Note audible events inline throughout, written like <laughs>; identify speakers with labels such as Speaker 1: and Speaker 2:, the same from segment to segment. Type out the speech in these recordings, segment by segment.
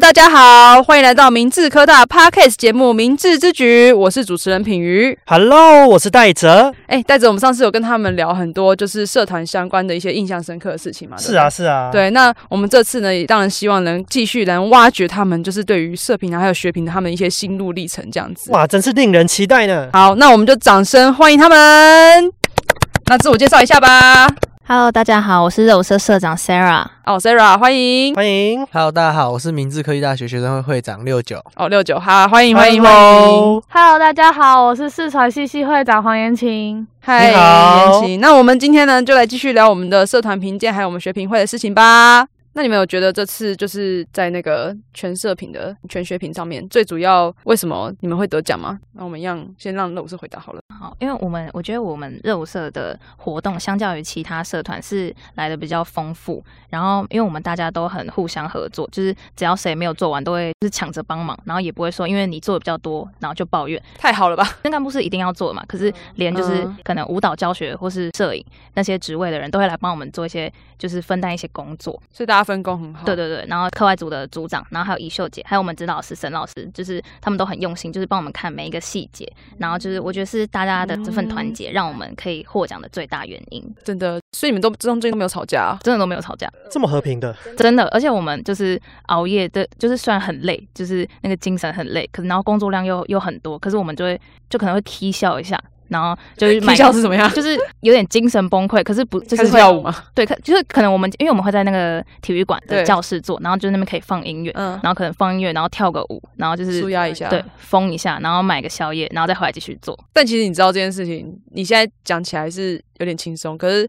Speaker 1: 大家好，欢迎来到明治科大 Podcast 节目《明治之举》，我是主持人品瑜。
Speaker 2: Hello，我是戴哲。
Speaker 1: 哎，戴子，我们上次有跟他们聊很多就是社团相关的一些印象深刻的事情嘛？对不
Speaker 2: 是
Speaker 1: 对
Speaker 2: 啊，是啊，，
Speaker 1: 对，那我们这次呢，也当然希望能继续能挖掘他们就是对于社评啊还有学评的他们一些心路历程这样子。
Speaker 2: 哇，真是令人期待呢。
Speaker 1: 好，那我们就掌声欢迎他们。那自我介绍一下吧。
Speaker 3: Hello，大家好，我是肉社社长 Sarah。
Speaker 1: 哦，Sarah，欢迎。
Speaker 2: 欢迎，
Speaker 4: Hello，大家好，我是明治科技大学学生会会长六九。
Speaker 1: 哦，六九，好，欢迎，欢迎，欢迎。
Speaker 2: Hello
Speaker 5: Hello，大家好，我是四传系系会长黄延晴。
Speaker 1: 嗨，
Speaker 2: 你好
Speaker 1: 言情。那我们今天呢，就来继续聊我们的社团评鉴，还有我们学评会的事情吧。那你们有觉得这次就是在那个全社评的全学评上面，最主要为什么你们会得奖吗？那我们一样先让老师回答好了。
Speaker 3: 好，哦因为我们我觉得我们热舞社的活动相较于其他社团是来的比较丰富，然后因为我们大家都很互相合作，就是只要谁没有做完，都会就是抢着帮忙，然后也不会说因为你做的比较多，然后就抱怨。
Speaker 1: 太好了吧？
Speaker 3: 那干部是一定要做的嘛，可是连就是
Speaker 1: 嗯
Speaker 3: 可能舞蹈教学或是摄影那些职位的人都会来帮我们做一些就是分担一些工作。
Speaker 1: 所以大家分工很好。
Speaker 3: 对，对对，然后课外组的组长，然后还有怡秀姐，还有我们指导老师沈老师，就是他们都很用心，就是帮我们看每一个细节。然后就是我觉得是大家的这份团结，让我们可以获奖的最大原因。
Speaker 1: 真的。所以你们都中间都没有吵架、啊。
Speaker 3: 真的都没有吵架，
Speaker 2: 这么和平
Speaker 1: <laughs>
Speaker 2: 的，
Speaker 3: 真的。而且我们就是熬夜的，就是虽然很累，就是那个精神很累，可是然后工作量又又很多，可是我们就会就可能会踢笑一下，然后
Speaker 1: <laughs>
Speaker 3: 就是买
Speaker 1: 绩效是怎么样？
Speaker 3: 就是有点精神崩溃，可是
Speaker 1: <laughs>
Speaker 3: 不就
Speaker 1: 开
Speaker 3: 是
Speaker 1: 始
Speaker 3: 会
Speaker 1: 跳舞吗？
Speaker 3: 对，可就是可能我们因为我们会在那个体育馆
Speaker 1: 对
Speaker 3: 的教室做，然后就那边可以放音乐，
Speaker 1: 嗯
Speaker 3: 然，后可能放音乐，然后跳个舞，然后就是
Speaker 1: 舒压一下
Speaker 3: 对，疯一下，然后买个宵夜，然后再回来继续做。
Speaker 1: 但其实你知道这件事情，你现在讲起来是有点轻松，可是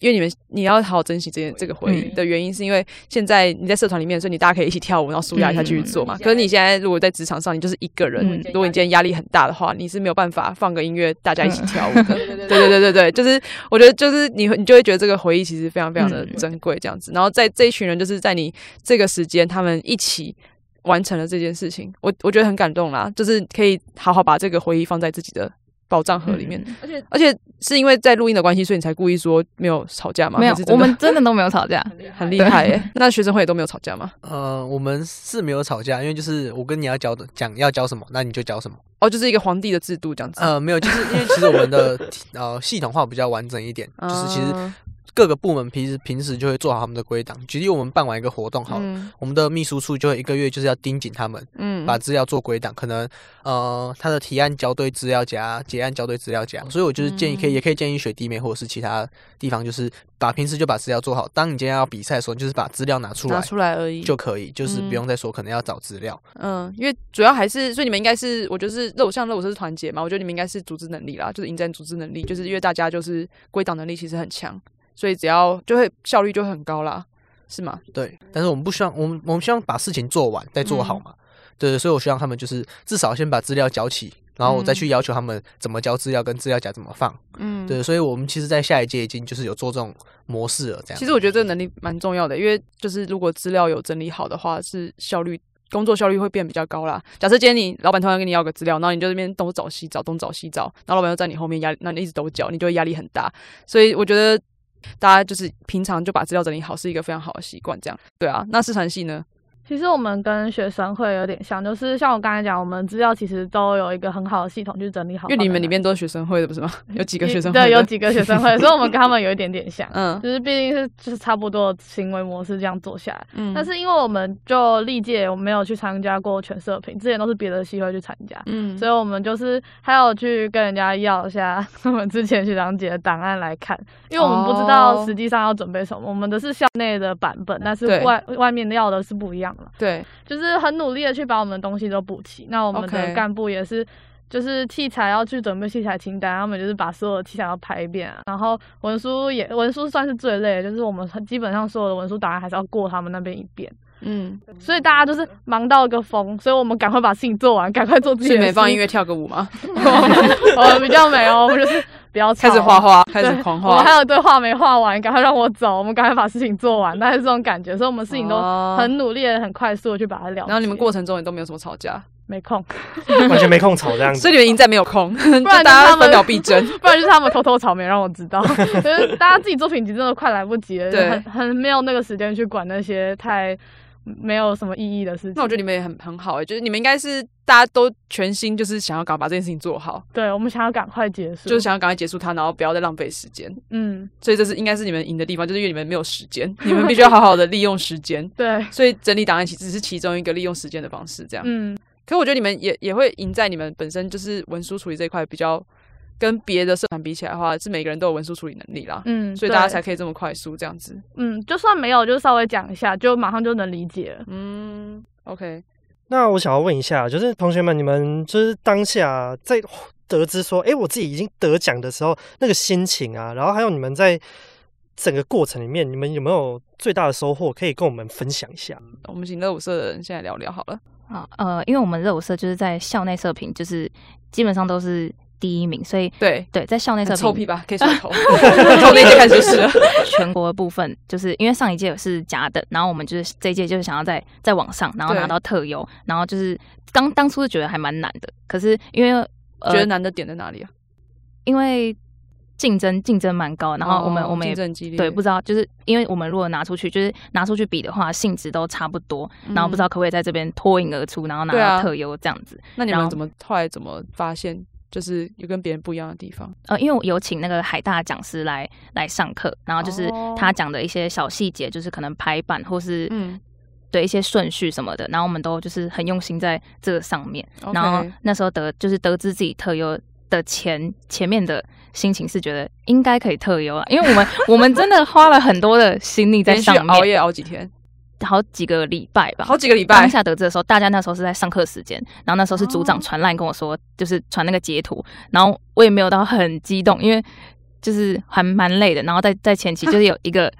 Speaker 1: 因为你们你要好好珍惜这件这个回忆
Speaker 3: 嗯
Speaker 1: 的原因，是因为现在你在社团里面，所以你大家可以一起跳舞，然后舒压一下
Speaker 3: 嗯
Speaker 1: 继续做嘛。可是你现在如果在职场上，你就是一个人，
Speaker 3: 嗯
Speaker 1: 如果你今天压力很大的话，你是没有办法放个音乐大家一
Speaker 3: 嗯
Speaker 1: 起跳舞的。 <laughs> 对对对对对，就是我觉得就是你会你就会觉得这个回忆其实非常非常的
Speaker 3: 嗯
Speaker 1: 珍贵这样子。然后在这一群人就是在你这个时间，他们一起。完成了这件事情，我我觉得很感动啦，就是可以好好把这个回忆放在自己的宝藏盒里面。
Speaker 3: 嗯
Speaker 1: 而且是因为在录音的关系，所以你才故意说没有吵架吗？
Speaker 3: 没有
Speaker 1: 还是，真的
Speaker 3: 我们真的都没有吵
Speaker 1: <laughs>
Speaker 3: 架。
Speaker 1: 很厉害耶、欸那学生会也都没有吵架吗？
Speaker 4: 呃，我们是没有吵架，因为就是我跟你要教的讲要教什么，那你就教什么。
Speaker 1: 哦，就是一个皇帝的制度这样子。
Speaker 4: 呃，没有，就是因为其实我们的 <laughs> 呃系统化比较完整一点，就是其实各个部门平时平时就会做好他们的归档。举例，我们办完一个活动好了，
Speaker 1: 嗯
Speaker 4: 我们的秘书处就会一个月就是要盯紧他们，
Speaker 1: 嗯
Speaker 4: 把资料做归档，可能呃他的提案校对资料夹、结案校对资料夹，所以我就是建议可
Speaker 1: 嗯
Speaker 4: 以，也可以建议学弟妹或者是其他地方，就是把平时就把资料做好。当你今天要比赛的时候，你就是把资料拿出
Speaker 1: 拿
Speaker 4: 来
Speaker 1: 出来而已。
Speaker 4: 就可以，就是
Speaker 1: 嗯
Speaker 4: 不用再说可能要找资料。
Speaker 1: 嗯，因为主要还是，所以你们应该是，我觉得是肉像肉是团结嘛，我觉得你们应该是组织能力啦，就是迎战组织能力，就是因为大家就是归档能力其实很强，所以只要就会效率就会很高啦，是吗？
Speaker 4: 对，但是我们不希望，我们我们希望把事情做完再做好
Speaker 1: 嗯
Speaker 4: 嘛。对，所以我希望他们就是至少先把资料交齐，然后我再去要求他们怎么交资料跟资料夹怎么放。
Speaker 1: 嗯，
Speaker 4: 对，所以我们其实，在下一届已经就是有做这种模式了。这样，
Speaker 1: 其实我觉得这个能力蛮重要的，因为就是如果资料有整理好的话，是效率工作效率会变比较高啦。假设今天你老板突然跟你要个资料，然后你就这边东找西找，东找西找，然后老板又在你后面压力，那你一直抖脚，你就会压力很大。所以我觉得大家就是平常就把资料整理好是一个非常好的习惯，这样对啊。那市传系呢？
Speaker 5: 其实我们跟学生会有点像，就是像我刚才讲，我们资料其实都有一个很好的系统去整理好。
Speaker 1: 因为你们里
Speaker 5: 面
Speaker 1: 面都是学生会的不是吗？ <laughs> 有几个学生会的？
Speaker 5: 对有几个学
Speaker 1: <laughs>
Speaker 5: 生会，所以我们跟他们有一点点像，
Speaker 1: 嗯
Speaker 5: 就是毕竟是就是差不多的行为模式这样做下来。
Speaker 1: 嗯，
Speaker 5: 但是因为我们就历届我们没有去参加过全社评，之前都是别的系会去参加，
Speaker 1: 嗯
Speaker 5: 所以我们就是还有去跟人家要一下 <laughs> 我们之前学长姐的档案来看，因为我们不知
Speaker 1: 哦
Speaker 5: 道实际上要准备什么，我们的是校内的版本，但是
Speaker 1: 对
Speaker 5: 外外面要的是不一样的嘛，
Speaker 1: 对，
Speaker 5: 就是很努力的去把我们的东西都补齐。那我们
Speaker 1: OK
Speaker 5: 的干部也是。就是器材要去准备器材清单，他们就是把所有的器材要排一遍、啊，然后文书也文书算是最累的，就是我们基本上所有的文书档案还是要过他们那边一遍，
Speaker 1: 嗯，
Speaker 5: 所以大家就是忙到一个疯，所以我们赶快把事情做完，赶快做自己
Speaker 1: 所
Speaker 5: 的
Speaker 1: 以
Speaker 5: 事。
Speaker 1: 没放音乐跳个舞
Speaker 5: <laughs>
Speaker 1: 吗？
Speaker 5: 我们哦比较没有，我们就是不要吵
Speaker 1: 开始画，画，开
Speaker 5: 对
Speaker 1: 始狂
Speaker 5: 我
Speaker 1: 画
Speaker 5: 们还。有对话没画完，赶快让我走，我们赶快把事情做完，大概是这种感觉。所以我们事情都
Speaker 1: 哦
Speaker 5: 很努力、的、很快速的去把它了结。
Speaker 1: 然后你们过程中也都没有什么吵架，
Speaker 5: 没空，
Speaker 2: 完全没空吵这样
Speaker 1: 所
Speaker 2: 子
Speaker 1: 以。你们赢在没有空， <laughs> 就
Speaker 5: 就是
Speaker 1: 大家
Speaker 5: 他们
Speaker 1: 分秒必争。
Speaker 5: 不然就是他们偷偷吵，没让我知
Speaker 1: <laughs>
Speaker 5: 道。就是大家自己作品集真的快来不及了，
Speaker 1: 对
Speaker 5: 很很没有那个时间去管那些太没有什么意义的事情。
Speaker 1: <laughs> 那我觉得你们也很很好哎、就是你们应该是大家都全心就是想要赶快把这件事情做好，
Speaker 5: 对我们想要赶快结束，
Speaker 1: 就是想要赶快结束它，然后不要再浪费时间。
Speaker 5: 嗯，
Speaker 1: 所以这是应该是你们赢的地方，就是因为你们没有时间，你们必须要好好的利用时间。
Speaker 5: 对，
Speaker 1: 所以整理档案其实只是其中一个利用时间的方式，这样。
Speaker 5: 嗯，
Speaker 1: 可我觉得你们也也会赢在你们本身就是文书处理这一块比较跟别的社团比起来的话，是每个人都有文书处理能力啦，
Speaker 5: 嗯，
Speaker 1: 所以大家
Speaker 5: 对
Speaker 1: 才可以这么快速这样子。
Speaker 5: 嗯，就算没有，就稍微讲一下，就马上就能理解了。
Speaker 1: 嗯，OK，
Speaker 2: 那我想要问一下，就是同学们，你们就是当下在得知说，哎，我自己已经得奖的时候，那个心情啊，然后还有你们在整个过程里面，你们有没有最大的收获可以跟我们分享一下？
Speaker 1: 我们请乐舞社的人现在聊聊好了。
Speaker 3: 啊，呃，因为我们热舞社就是在校内社评，就是基本上都是第一名，所以
Speaker 1: 对，
Speaker 3: 对，在校内社
Speaker 1: 很
Speaker 3: 评
Speaker 1: 臭屁
Speaker 3: <laughs>
Speaker 1: 吧，可以甩头，从那一届开始就是了。
Speaker 3: 全国的部分，就是因为上一届是甲等，然后我们就是这一届就是想要在在往上，然后
Speaker 1: 对
Speaker 3: 拿到特优，然后就是刚当初是觉得还蛮难的，可是因为呃
Speaker 1: 觉得难的点在哪里啊？
Speaker 3: 因为竞争竞争蛮高，然后我们、
Speaker 1: 哦
Speaker 3: 我们也
Speaker 1: 竞争激烈，
Speaker 3: 对不知道，就是因为我们如果拿出去，就是拿出去比的话，性质都差不多，然后不知道可不可以在这边脱颖而出，然后拿
Speaker 1: 嗯对啊
Speaker 3: 到特优这样子。
Speaker 1: 那你
Speaker 3: 然
Speaker 1: 们
Speaker 3: 后
Speaker 1: 怎么后来怎么发现就是有跟别人不一样的地方？
Speaker 3: 呃，因为我有请那个海大讲师来来上课，然后就是
Speaker 1: 哦
Speaker 3: 他讲的一些小细节，就是可能排版或是
Speaker 1: 嗯
Speaker 3: 对一些顺序什么的，然后我们都就是很用心在这个上面。
Speaker 1: ，OK，
Speaker 3: 然后那时候得就是得知自己特优的前前面的心情是觉得应该可以特优啊，因为我们我们真的花了很多的心力在
Speaker 1: 连续
Speaker 3: 上
Speaker 1: 熬
Speaker 3: 面，
Speaker 1: 夜熬几天，
Speaker 3: 好几个礼拜吧，
Speaker 1: 好几个礼拜
Speaker 3: 当，下得知的时候，大家那时候是在上课时间，然后那时候是组
Speaker 1: 哦
Speaker 3: 长传来跟我说，就是传那个截图，然后我也没有到很激动，因为就是还蛮累的，然后在在前期就是有一个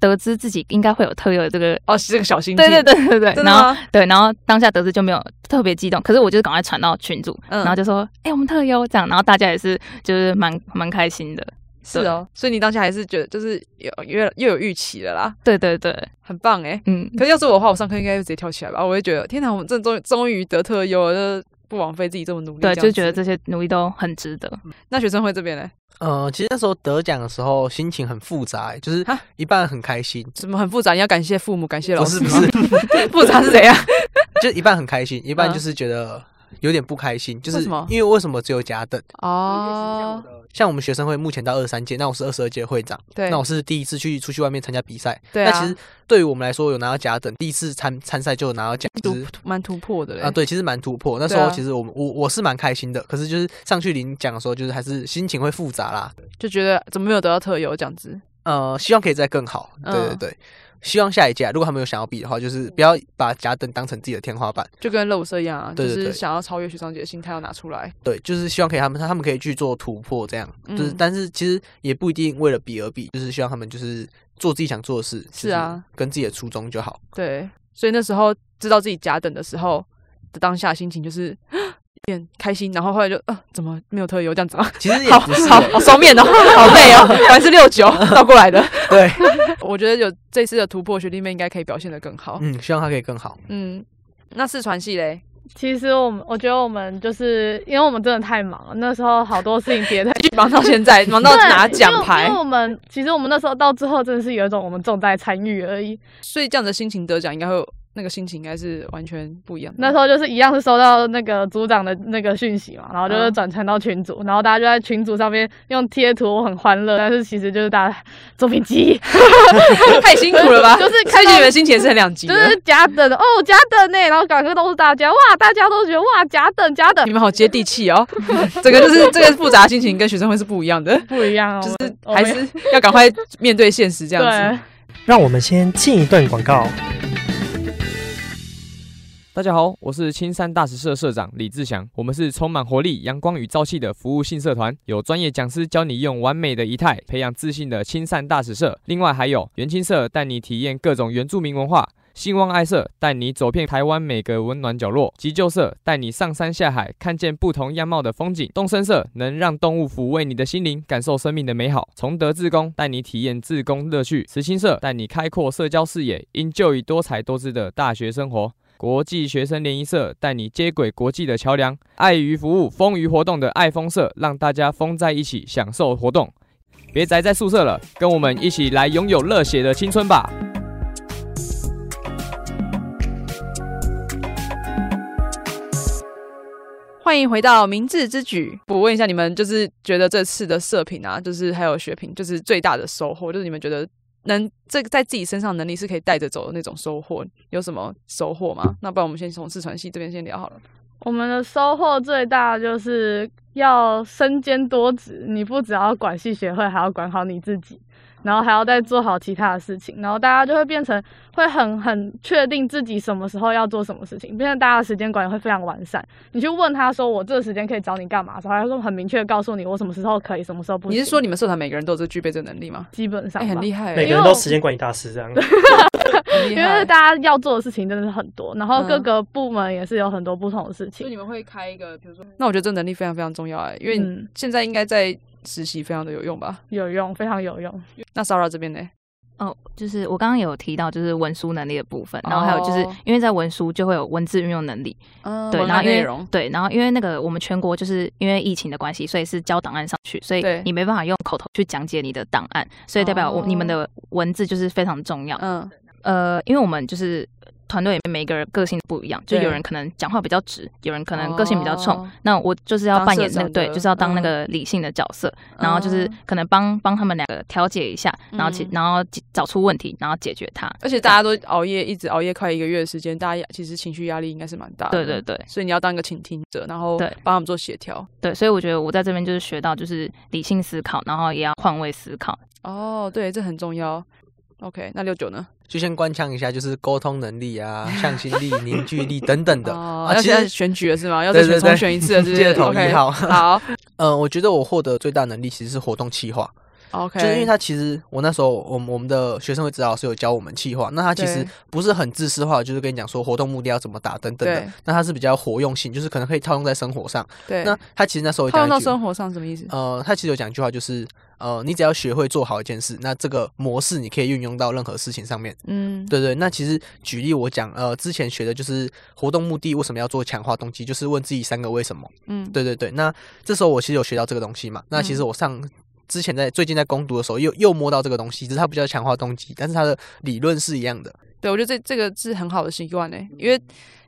Speaker 3: 得知自己应该会有特有的这个，
Speaker 1: 哦，是这个小心机，
Speaker 3: 对对对对对，
Speaker 1: 真的
Speaker 3: 然后
Speaker 1: 吗？
Speaker 3: 对，然后当下得知就没有特别激动，可是我就赶快传到群组，
Speaker 1: 嗯
Speaker 3: 然后就说，哎、我们特优这样，然后大家也是就是蛮蛮开心的，
Speaker 1: 是哦，所以你当下还是觉得就是有越又有预期了啦，
Speaker 3: 对对对，
Speaker 1: 很棒哎。
Speaker 3: 嗯，
Speaker 1: 可是要是我的话，我上课应该就直接跳起来吧，我会觉得天哪，我们这终于终于得特优了，就是不枉费自己这么努力这
Speaker 3: 对，
Speaker 1: 样子。
Speaker 3: 就觉得这些努力都很值得，
Speaker 1: 那学生会这边呢，
Speaker 4: 呃，其实那时候得奖的时候心情很复杂、欸，就是
Speaker 1: 啊
Speaker 4: 一半很开心，
Speaker 1: 怎么很复杂？你要感谢父母，感谢老
Speaker 4: 不
Speaker 1: 师
Speaker 4: 是
Speaker 1: 吗，
Speaker 4: 不
Speaker 1: <laughs>
Speaker 4: 是，
Speaker 1: 复杂是怎
Speaker 4: <laughs>
Speaker 1: 样？
Speaker 4: 就是一半很开心，一半
Speaker 1: 嗯
Speaker 4: 就是觉得有点不开心，就是
Speaker 1: 为什么
Speaker 4: 因为为什么只有甲等？
Speaker 1: 哦，
Speaker 4: 像我们学生会目前到二三届，那我是二十二届会长，
Speaker 1: 对
Speaker 4: 那我是第一次去出去外面参加比赛。
Speaker 1: 对
Speaker 4: 那
Speaker 1: 啊
Speaker 4: 其实对于我们来说，有拿到甲等，第一次参参赛就有拿到奖，
Speaker 1: 突
Speaker 4: 就是
Speaker 1: 蛮突破的嘞
Speaker 4: 啊，对，其实蛮突破。那时
Speaker 1: 对啊
Speaker 4: 候其实我们我我是蛮开心的，可是就是上去领奖的时候，就是还是心情会复杂啦。
Speaker 1: 就觉得怎么没有得到特优这样子？
Speaker 4: 呃，希望可以再更好。对对
Speaker 1: 嗯
Speaker 4: 对，希望下一届啊如果他们有想要比的话，就是不要把甲等当成自己的天花板。
Speaker 1: 就跟乐舞社一样啊，就
Speaker 4: 对对
Speaker 1: 是
Speaker 4: 对
Speaker 1: 想要超越学长姐的心态要拿出来。
Speaker 4: 对，就是希望可以他们他们可以去做突破，这样。就是、
Speaker 1: 嗯
Speaker 4: 但是其实也不一定为了比而比，就是希望他们就是做自己想做的事，
Speaker 1: 是啊，
Speaker 4: 跟自己的初衷
Speaker 1: <laughs>
Speaker 4: 就好。
Speaker 1: 对，所以那时候知道自己甲等的时候的当下心情就是。变开心，然后后来就啊，怎么没有特优这样子吗？
Speaker 4: 其实也
Speaker 1: 好
Speaker 4: 不是
Speaker 1: 好
Speaker 4: 欸
Speaker 1: 好双
Speaker 4: <laughs>
Speaker 1: 面哦，好累哦，果然是六九倒过来的。
Speaker 4: 对，
Speaker 1: 我觉得有这次的突破，学弟妹应该可以表现得更好。
Speaker 4: 嗯，希望他可以更好。
Speaker 1: 嗯，那四传系嘞，
Speaker 5: 其实我们，我觉得我们就是因为我们真的太忙了，那时候好多事情叠在一
Speaker 1: 继
Speaker 5: 起。
Speaker 1: 续忙到现在，忙到
Speaker 5: 对
Speaker 1: 拿
Speaker 5: 因为
Speaker 1: 奖
Speaker 5: 因
Speaker 1: 牌
Speaker 5: 为，我们其实我们那时候到最后真的是有一种我们重在参与而已。
Speaker 1: 所以这样的心情得奖，应该会有那个心情，应该是完全不一样的。
Speaker 5: 那时候就是一样是收到那个组长的那个讯息嘛，然后就是
Speaker 1: 嗯
Speaker 5: 转传到群组，然后大家就在群组上面用贴图，我很欢乐，但是其实就是大家作品
Speaker 1: <laughs>
Speaker 5: 集，
Speaker 1: 太辛苦了吧？
Speaker 5: 就是
Speaker 1: 看
Speaker 5: 看
Speaker 1: 起
Speaker 5: 到
Speaker 1: 你们心情也是很两极
Speaker 5: 就
Speaker 1: 的。
Speaker 5: 是甲等的哦，甲等呢，然后赶快都是大家哇，大家都觉得哇甲等甲等
Speaker 1: 你们好接地气哦， <laughs> 整个就是这个复杂心情跟学生会是不一样的，
Speaker 5: 不一 <laughs> 样哦，
Speaker 1: 就是
Speaker 5: 我
Speaker 1: 还
Speaker 5: 们
Speaker 1: 是要赶快面对现实这样子
Speaker 5: 对。。
Speaker 2: 让我们先进一段广告。
Speaker 6: 大家好，我是青山大使社社长李志祥，我们是充满活力、阳光与朝气的服务性社团，有专业讲师教你用完美的仪态培养自信的青山大使社。另外还有原青社带你体验各种原住民文化。兴旺爱社带你走遍台湾每个温暖角落，急救社带你上山下海，看见不同样貌的风景。动身社能让动物抚慰你的心灵，感受生命的美好。崇德志工带你体验志工乐趣，慈心社带你开阔社交视野，因就以多彩多姿的大学生活。国际学生联谊社带你接轨国际的桥梁，爱与服务风娱活动的爱风社，让大家疯在一起享受活动，别宅在宿舍了，跟我们一起来拥有热血的青春吧！
Speaker 1: 欢迎回到明智之举。我问一下，你们就是觉得这次的社评啊，就是还有学评，就是最大的收获，就是你们觉得能这在自己身上能力是可以带着走的那种收获，有什么收获吗？那不然我们先从四川系这边先聊好了。
Speaker 5: 我们的收获最大就是要身兼多职，你不只要管系学会，还要管好你自己，然后还要再做好其他的事情，然后大家就会变成会很很确定自己什么时候要做什么事情，变成大家的时间管理会非常完善。你去问他说我这个时间可以找你干嘛的时候，他会说很明确地告诉你我什么时候可以，什么时候不行。
Speaker 1: 你是说你们社团每个人都有这具备这能力吗？
Speaker 5: 基本上
Speaker 1: 哎、
Speaker 5: 吧、
Speaker 1: 很厉害、
Speaker 2: 每
Speaker 1: 欸，
Speaker 2: 个人都时间管理大师这样。
Speaker 1: 很厉
Speaker 5: 因为
Speaker 1: 害。欸
Speaker 5: 大家要做的事情真的是很多，然后各
Speaker 1: 嗯
Speaker 5: 个部门也是有很多不同的事情。
Speaker 1: 们会开一个，比如说，那我觉得这能力非常非常重要哎、因为你
Speaker 5: 嗯
Speaker 1: 现在应该在实习非常的有用吧？
Speaker 5: 有用，非常有用。
Speaker 1: 那 Sara 这边呢？
Speaker 3: 哦，就是我刚刚有提到，就是文书能力的部分，然后还有就是、
Speaker 1: 哦
Speaker 3: 因为在文书就会有文字运用能力，
Speaker 1: 嗯
Speaker 3: 对，
Speaker 1: 文
Speaker 3: 然后
Speaker 1: 案
Speaker 3: 因
Speaker 1: 内
Speaker 3: 为
Speaker 1: 容，
Speaker 3: 对，然后因为那个我们全国就是因为疫情的关系，所以是交档案上去，所以
Speaker 1: 对
Speaker 3: 你没办法用口头去讲解你的档案，所以代表我、你们
Speaker 1: 哦
Speaker 3: 的文字就是非常重要。
Speaker 1: 嗯，
Speaker 3: 呃，因为我们就是团队里面每个人个性不一样，就
Speaker 1: 对
Speaker 3: 有人可能讲话比较直，有人可能个性比较冲。
Speaker 1: 哦
Speaker 3: 那我就是要
Speaker 1: 当
Speaker 3: 扮
Speaker 1: 社
Speaker 3: 演那
Speaker 1: 长
Speaker 3: 对，
Speaker 1: 的
Speaker 3: 就是要当那
Speaker 1: 嗯
Speaker 3: 个理性的角色，然后就是可能帮帮他们两个调解一下，然后解
Speaker 1: 哦嗯
Speaker 3: 然后解找出问题，然后解决它。
Speaker 1: 而且大家都熬夜，一直熬夜快一个月的时间，大家其实情绪压力应该是蛮大的。
Speaker 3: 对对对
Speaker 1: 所以你要当一个倾听者，然后
Speaker 3: 对
Speaker 1: 帮他们做协调。
Speaker 3: 对，所以我觉得我在这边就是学到就是理性思考，然后也要换位思考。
Speaker 1: 哦，对，这很重要。OK，那六九呢？
Speaker 4: 就先官腔一下，就是沟通能力啊、向心力、凝聚力等等的
Speaker 1: 哦，
Speaker 4: 啊。
Speaker 1: 要
Speaker 4: 其
Speaker 1: 现在
Speaker 4: 实
Speaker 1: 选举了是
Speaker 4: <laughs>
Speaker 1: 吗？要再
Speaker 4: 对
Speaker 1: 选
Speaker 4: 对
Speaker 1: 重
Speaker 4: 对
Speaker 1: 选一次了，是不
Speaker 4: <laughs> 记
Speaker 1: 是
Speaker 4: 得统一
Speaker 1: OK，
Speaker 4: 好
Speaker 1: 好
Speaker 4: 呃，我觉得我获得最大能力其实是活动企划，
Speaker 1: ，OK，
Speaker 4: 就是因为他其实我那时候我们我们的学生会指导老师有教我们企划，那他其实
Speaker 1: 对
Speaker 4: 不是很自私化，就是跟你讲说活动目的要怎么打等等的
Speaker 1: 对，
Speaker 4: 那他是比较活用性，就是可能可以套用在生活上。
Speaker 1: 对，
Speaker 4: 那他其实那时候有
Speaker 1: 套
Speaker 4: 讲
Speaker 1: 用到
Speaker 4: 一句，
Speaker 1: 生活上什么意思？
Speaker 4: 呃，他其实有讲一句话，就是呃，你只要学会做好一件事，那这个模式你可以运用到任何事情上面。
Speaker 1: 嗯，
Speaker 4: 对对，那其实举例我讲，呃，之前学的就是活动目的为什么要做强化动机，就是问自己三个为什么。
Speaker 1: 嗯，
Speaker 4: 对对对，那这时候我其实有学到这个东西嘛。那其实我上之前在最近在攻读的时候又，又摸到这个东西，只是它不叫强化动机，但是它的理论是一样的。
Speaker 1: 对，我觉得这这个是很好的习惯呢，因为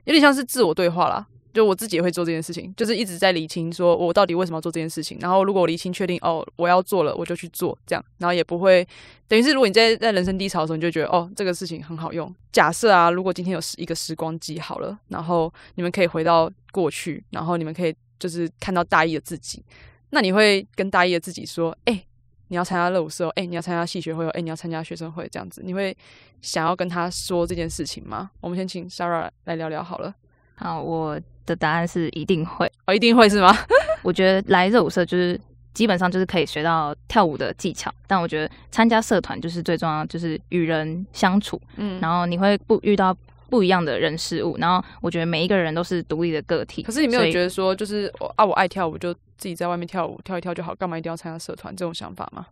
Speaker 1: 有点像是自我对话啦。就我自己也会做这件事情，就是一直在理清，说我到底为什么要做这件事情。然后如果我理清确定，哦，我要做了，我就去做，这样，然后也不会等于是如果你在在人生低潮的时候，你就觉得哦，这个事情很好用。假设啊，如果今天有一个时光机好了，然后你们可以回到过去，然后你们可以就是看到大一的自己，那你会跟大一的自己说，哎、你要参加乐舞社哦，哎、你要参加系学会哦，哎、你要参加学生会这样子，你会想要跟他说这件事情吗？我们先请 Sarah 来聊聊好了。
Speaker 3: 好，我的答案是一定会。
Speaker 1: 哦，一定会是吗？
Speaker 3: 我觉得来热舞社就是基本上就是可以学到跳舞的技巧，但我觉得参加社团就是最重要，就是与人相处，
Speaker 1: 嗯，
Speaker 3: 然后你会不遇到不一样的人事物，然后我觉得每一个人都是独立的个体。
Speaker 1: 可是你没有
Speaker 3: 所以
Speaker 1: 觉得说，就是我啊，我爱跳舞，就自己在外面跳舞，跳一跳就好，干嘛一定要参加社团这种想法吗？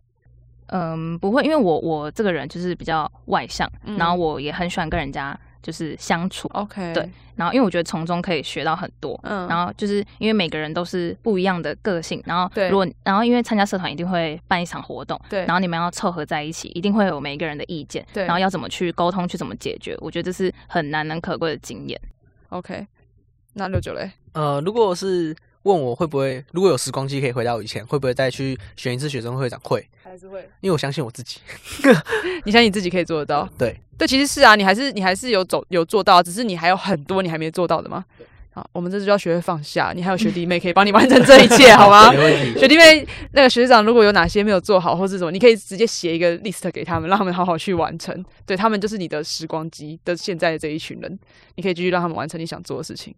Speaker 3: 嗯，不会，因为我我这个人就是比较外向，
Speaker 1: 嗯
Speaker 3: 然后我也很喜欢跟人家就是相处，
Speaker 1: OK，
Speaker 3: 对，然后因为我觉得从中可以学到很多。
Speaker 1: 嗯，
Speaker 3: 然后就是因为每个人都是不一样的个性，然后
Speaker 1: 对
Speaker 3: 如果然后因为参加社团一定会办一场活动，
Speaker 1: 对
Speaker 3: 然后你们要凑合在一起，一定会有每一个人的意见，
Speaker 1: 对
Speaker 3: 然后要怎么去沟通，去怎么解决，我觉得这是很难能可贵的经验。
Speaker 1: OK，那六九嘞，
Speaker 4: 呃，如果是问我会不会，如果有时光机可以回到以前，会不会再去选一次学生会长会？
Speaker 1: 还是会，
Speaker 4: 因为我相信我自己。
Speaker 1: 你相信你自己可以做得到？
Speaker 4: 对
Speaker 1: 对，其实是啊，你还是你还是有走有做到，只是你还有很多你还没做到的嘛。好，我们这就要学会放下，你还
Speaker 3: <laughs>
Speaker 1: 有学弟妹可以帮你完成这一切， <laughs>
Speaker 2: <laughs>
Speaker 1: 好啊吗？
Speaker 4: 没问题。
Speaker 1: 学弟妹，那个学长如果有哪些没有做好或是什么，你可以直接写一个 list 给他们，让他们好好去完成。对他们就是你的时光机的现在的这一群人，你可以继续让他们完成你想做的事情。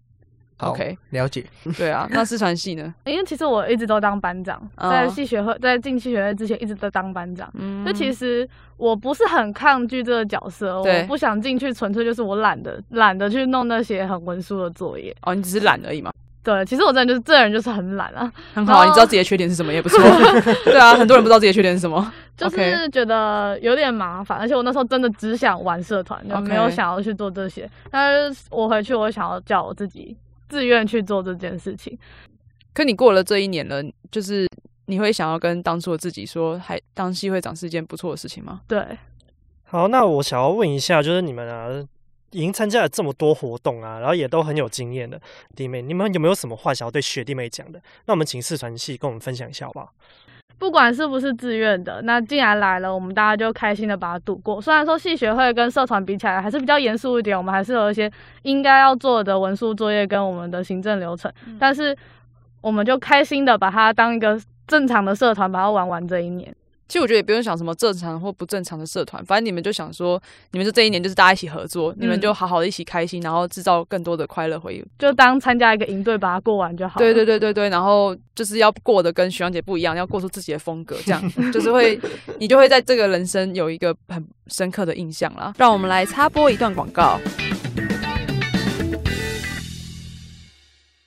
Speaker 4: 好
Speaker 1: <laughs> OK
Speaker 4: 了解。
Speaker 1: 对啊，那四川系呢？
Speaker 5: 因为其实我一直都当班长，
Speaker 1: 哦
Speaker 5: 在系学会，在进系学会之前一直都当班长。
Speaker 1: 嗯
Speaker 5: 就其实我不是很抗拒这个角色，
Speaker 1: 对
Speaker 5: 我不想进去，纯粹就是我懒得懒得去弄那些很文书的作业。
Speaker 1: 哦，你只是懒而已嘛，
Speaker 5: 对，其实我真的就是这人就是很懒啊，
Speaker 1: 很好啊，
Speaker 5: 哦
Speaker 1: 你知道自己的缺点是什么也 <laughs> 不错。对啊，很多人不知道自己的缺点是什么。
Speaker 5: 就
Speaker 1: OK
Speaker 5: 是觉得有点麻烦，而且我那时候真的只想玩社团，就
Speaker 1: OK
Speaker 5: 没有想要去做这些。但是我回去，我想要叫我自己自愿去做这件事情。
Speaker 1: <laughs> 可你过了这一年了，就是你会想要跟当初的自己说，还当系会长是一件不错的事情吗？
Speaker 5: 对，
Speaker 2: 好，那我想要问一下，就是你们啊，已经参加了这么多活动啊，然后也都很有经验的弟妹，你们有没有什么话想要对学弟妹讲的？那我们请四传系跟我们分享一下好不好？
Speaker 5: 不管是不是自愿的，那既然来了，我们大家就开心的把它度过。虽然说系学会跟社团比起来还是比较严肃一点，我们还是有一些应该要做的文书作业跟我们的行政流程，
Speaker 1: 嗯
Speaker 5: 但是我们就开心的把它当一个正常的社团，把它玩完这一年。
Speaker 1: 其实我觉得也不用想什么正常或不正常的社团，反正你们就想说，你们就这一年就是大家一起合作，你们就好好的一起开心，然后制造更多的快乐回忆。
Speaker 5: 就当参加一个营队，把它过完就好了。
Speaker 1: 对对对对对，然后就是要过得跟徐阳姐不一样，要过出自己的风格，这 <laughs> 样就是会你就会在这个人生有一个很深刻的印象啦。让我们来插播一段广告。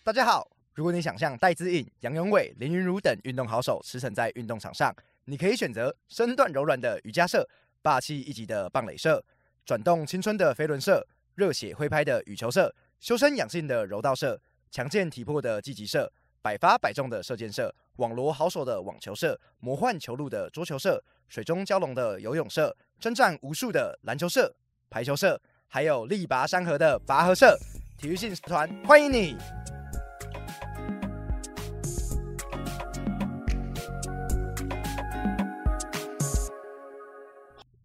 Speaker 7: 大家好，如果你想向戴资颖、杨永伟、林云儒等运动好手驰骋在运动场上，你可以选择身段柔软的瑜伽社、霸气一级的棒垒社、转动青春的飞轮社、热血挥拍的羽球社、修身养性的柔道社、强健体魄的积极社、百发百中的射箭社、网罗好手的网球社、魔幻球路的桌球社、水中蛟龙的游泳社、征战无数的篮球社、排球社，还有力拔山河的拔河社。体育性社团欢迎你！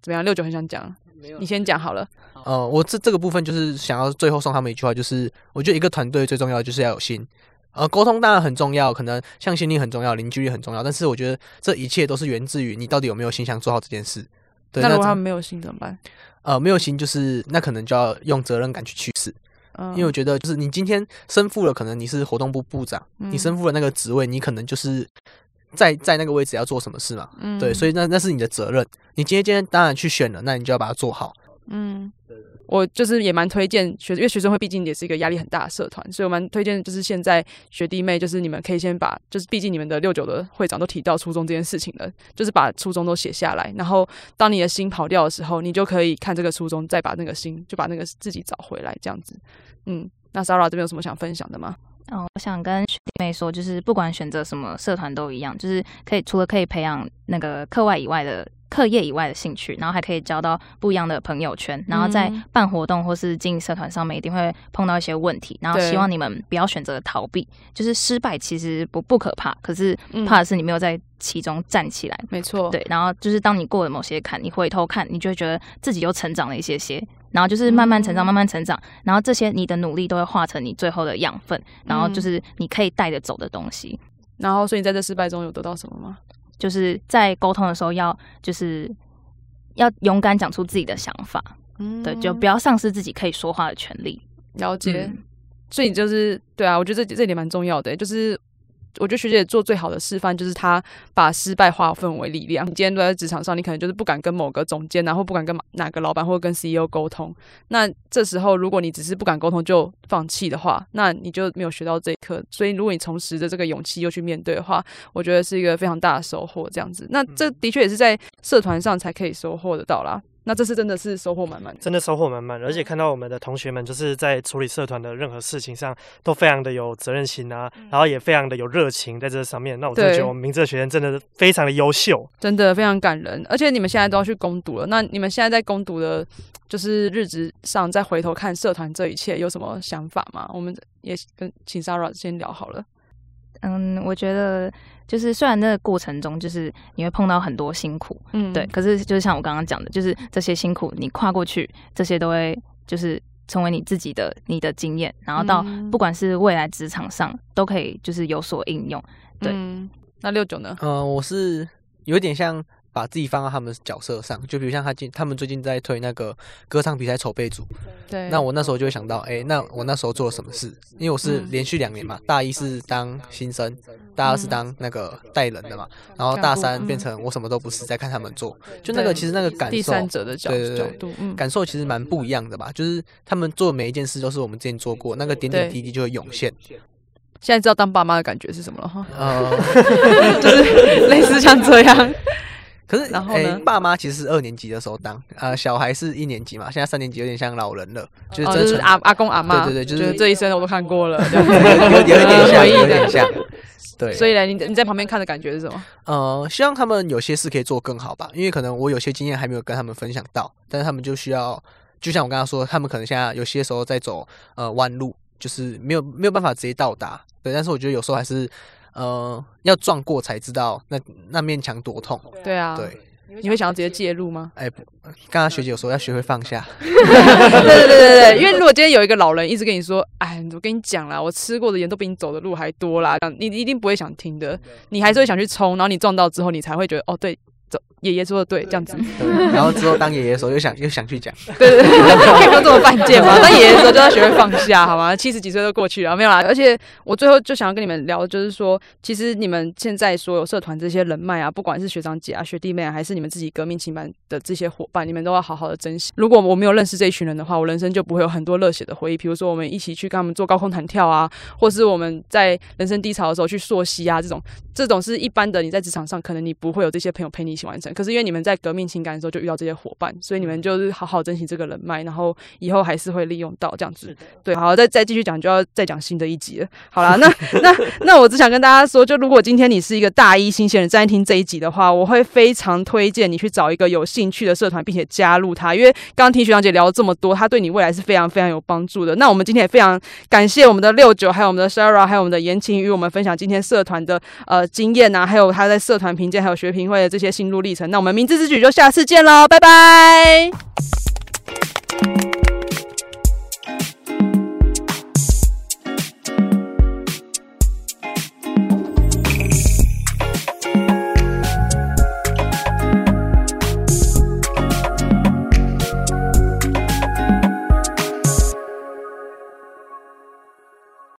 Speaker 1: 怎么样？六九很想讲，你先讲好了。
Speaker 4: 呃，我这这个部分就是想要最后送他们一句话，就是我觉得一个团队最重要的就是要有心。呃，沟通当然很重要，可能向心力很重要，凝聚力很重要，但是我觉得这一切都是源自于你到底有没有心想做好这件事。对，
Speaker 1: 那
Speaker 4: 那
Speaker 1: 如果他
Speaker 4: 这
Speaker 1: 们没有心怎么办？
Speaker 4: 呃没有心，就是那可能就要用责任感去驱使。
Speaker 1: 嗯，
Speaker 4: 因为我觉得，就是你今天身负了，可能你是活动部部长，你
Speaker 1: 嗯
Speaker 4: 身负了那个职位，你可能就是在在那个位置要做什么事嘛。
Speaker 1: 嗯
Speaker 4: 对，所以那那是你的责任。你今天今天当然去选了，那你就要把它做好。
Speaker 1: 嗯，我就是也蛮推荐学，因为学生会毕竟也是一个压力很大的社团，所以我蛮推荐就是现在学弟妹，就是你们可以先把，就是毕竟你们的六九的会长都提到初中这件事情了，就是把初中都写下来，然后当你的心跑掉的时候，你就可以看这个初中，再把那个心就把那个自己找回来，这样子。嗯，那 Sara 这边有什么想分享的吗？
Speaker 3: 哦，我想跟学弟妹说，就是不管选择什么社团都一样，就是可以除了可以培养那个课外以外的课业以外的兴趣，然后还可以交到不一样的朋友圈，然后在
Speaker 1: 嗯
Speaker 3: 办活动或是经营社团上面一定会碰到一些问题，然后
Speaker 1: 对
Speaker 3: 希望你们不要选择逃避，就是失败其实不不可怕，可是
Speaker 1: 嗯
Speaker 3: 怕的是你没有在其中站起来。
Speaker 1: 没错，
Speaker 3: 对，然后就是当你过了某些坎，你回头看，你就会觉得自己又成长了一些些，然后就是慢慢成长，
Speaker 1: 嗯
Speaker 3: 慢慢成长，然后这些你的努力都会化成你最后的养分，然后就是你可以带着走的东西。
Speaker 1: 然后所以你在这失败中有得到什么吗？
Speaker 3: 就是在沟通的时候要就是要勇敢讲出自己的想法，
Speaker 1: 嗯
Speaker 3: 对，就不要丧失自己可以说话的权利。
Speaker 1: 了解。
Speaker 3: 嗯
Speaker 1: 所以你就是对啊，我觉得这这点蛮重要的、欸就是。我觉得学姐做最好的示范就是她把失败化分为力量。你今天都在职场上，你可能就是不敢跟某个总监啊，然后不敢跟哪个老板或者跟 CEO 沟通。那这时候，如果你只是不敢沟通就放弃的话，那你就没有学到这一课。所以，如果你重拾着这个勇气又去面对的话，我觉得是一个非常大的收获。这样子，那这的确也是在社团上才可以收获得到啦。那这次真的是收获满满的。
Speaker 2: 真的收获满满，而且看到我们的同学们就是在处理社团的任何事情上都非常的有责任心啊，然后也非常的有热情在这上面。那我真的
Speaker 1: 对
Speaker 2: 觉得我们明哲学院真的是非常的优秀。
Speaker 1: 真的非常感人，而且你们现在都要去攻读了，那你们现在在攻读的，就是日子上再回头看社团这一切，有什么想法吗？我们也跟请 Sara 先聊好了。
Speaker 3: 嗯，我觉得就是虽然那个过程中就是你会碰到很多辛苦，
Speaker 1: 嗯
Speaker 3: 对，，可是就是像我刚刚讲的，就是这些辛苦你跨过去，这些都会就是成为你自己的你的经验，然后到
Speaker 1: 嗯
Speaker 3: 不管是未来职场上都可以就是有所应用。对
Speaker 1: 嗯那六九呢？
Speaker 4: 嗯、我是有点像把自己放到他们角色上，就比如像他今他们最近在推那个歌唱比赛筹备组，
Speaker 1: 对，
Speaker 4: 那我那时候就会想到，哎、那我那时候做了什么事？因为我是
Speaker 1: 嗯
Speaker 4: 连续两年嘛，大一是当新生，大二
Speaker 1: 嗯
Speaker 4: 是当那个带人的嘛，然后大
Speaker 1: 干部
Speaker 4: 三变
Speaker 1: 嗯
Speaker 4: 成我什么都不是，在看他们做，就那个
Speaker 1: 对
Speaker 4: 其实那个感受，
Speaker 1: 第三者的角
Speaker 4: 对对
Speaker 1: 角
Speaker 4: 对
Speaker 1: 度，嗯，
Speaker 4: 感受其实蛮不一样的吧，就是他们做每一件事都是我们之前做过，那个点点
Speaker 1: 对
Speaker 4: 滴滴就会涌现。
Speaker 1: 现在知道当爸妈的感觉是什么了
Speaker 4: <laughs>
Speaker 1: 哈，
Speaker 4: 呃，
Speaker 1: 就是类似像这
Speaker 4: <laughs>
Speaker 1: 样，
Speaker 4: 可是
Speaker 1: 然后
Speaker 4: 诶
Speaker 1: 呢
Speaker 4: 爸妈其实是二年级的时候当，呃，小孩是一年级嘛，现在三年级有点像老人了，就是
Speaker 1: 哦，就
Speaker 4: 真的
Speaker 1: 是
Speaker 4: 纯、
Speaker 1: 阿阿公阿妈，
Speaker 4: 对对对就是
Speaker 1: 觉得这一生我都看过了，这样
Speaker 4: <laughs> 有有有点像，
Speaker 1: 回忆的
Speaker 4: 有
Speaker 1: <laughs>
Speaker 4: 点像。对，
Speaker 1: 所以呢，你你在旁边看的感觉是什么？
Speaker 4: 呃，希望他们有些事可以做更好吧，因为可能我有些经验还没有跟他们分享到，但是他们就需要就像我刚刚说，他们可能现在有些时候在走呃弯路，就是没有没有办法直接到达。对，但是我觉得有时候还是呃要撞过才知道那那面墙多痛。
Speaker 1: 对啊，
Speaker 4: 对，
Speaker 1: 你会想要直接介入吗？
Speaker 4: 哎、不刚刚学姐有说要学会放下，
Speaker 1: <laughs> 对对对对对，因为如果今天有一个老人一直跟你说，哎，我跟你讲啦，我吃过的盐都比你走的路还多啦，这样你你一定不会想听的，你还是会想去冲，然后你撞到之后，你才会觉得哦，对，走，爷爷说的对，这样子，
Speaker 4: 对，然后之后当爷爷的时候又想又想去讲，
Speaker 1: <laughs> 对对对，可以不用这么犯贱 <laughs> 嘛。当爷爷的时候就要学会放下，好吗？七十几岁都过去了，没有啦。而且我最后就想要跟你们聊，就是说，其实你们现在所有社团这些人脉啊，不管是学长姐啊、学弟妹啊，还是你们自己革命情感的这些伙伴，你们都要好好的珍惜。如果我没有认识这一群人的话，我人生就不会有很多热血的回忆。比如说，我们一起去跟他们做高空弹跳啊，或是我们在人生低潮的时候去溯溪啊，这种这种是一般的，你在职场上可能你不会有这些朋友陪你一起完成。可是因为你们在革命情感的时候就遇到这些伙伴，所以你们就是好好珍惜这个人脉，然后以后还是会利用到这样子。对，好，再再继续讲就要再讲新的一集了。好啦， <laughs> 那那那我只想跟大家说，就如果今天你是一个大一新鲜人正在听这一集的话，我会非常推荐你去找一个有兴趣的社团，并且加入它，因为刚刚听学长姐聊了这么多，它对你未来是非常非常有帮助的。那我们今天也非常感谢我们的六九，还有我们的 Sarah，还有我们的言情与我们分享今天社团的呃经验啊，还有他在社团评鉴还有学评会的这些心路历程。那我们明智之举就下次见喽，拜拜。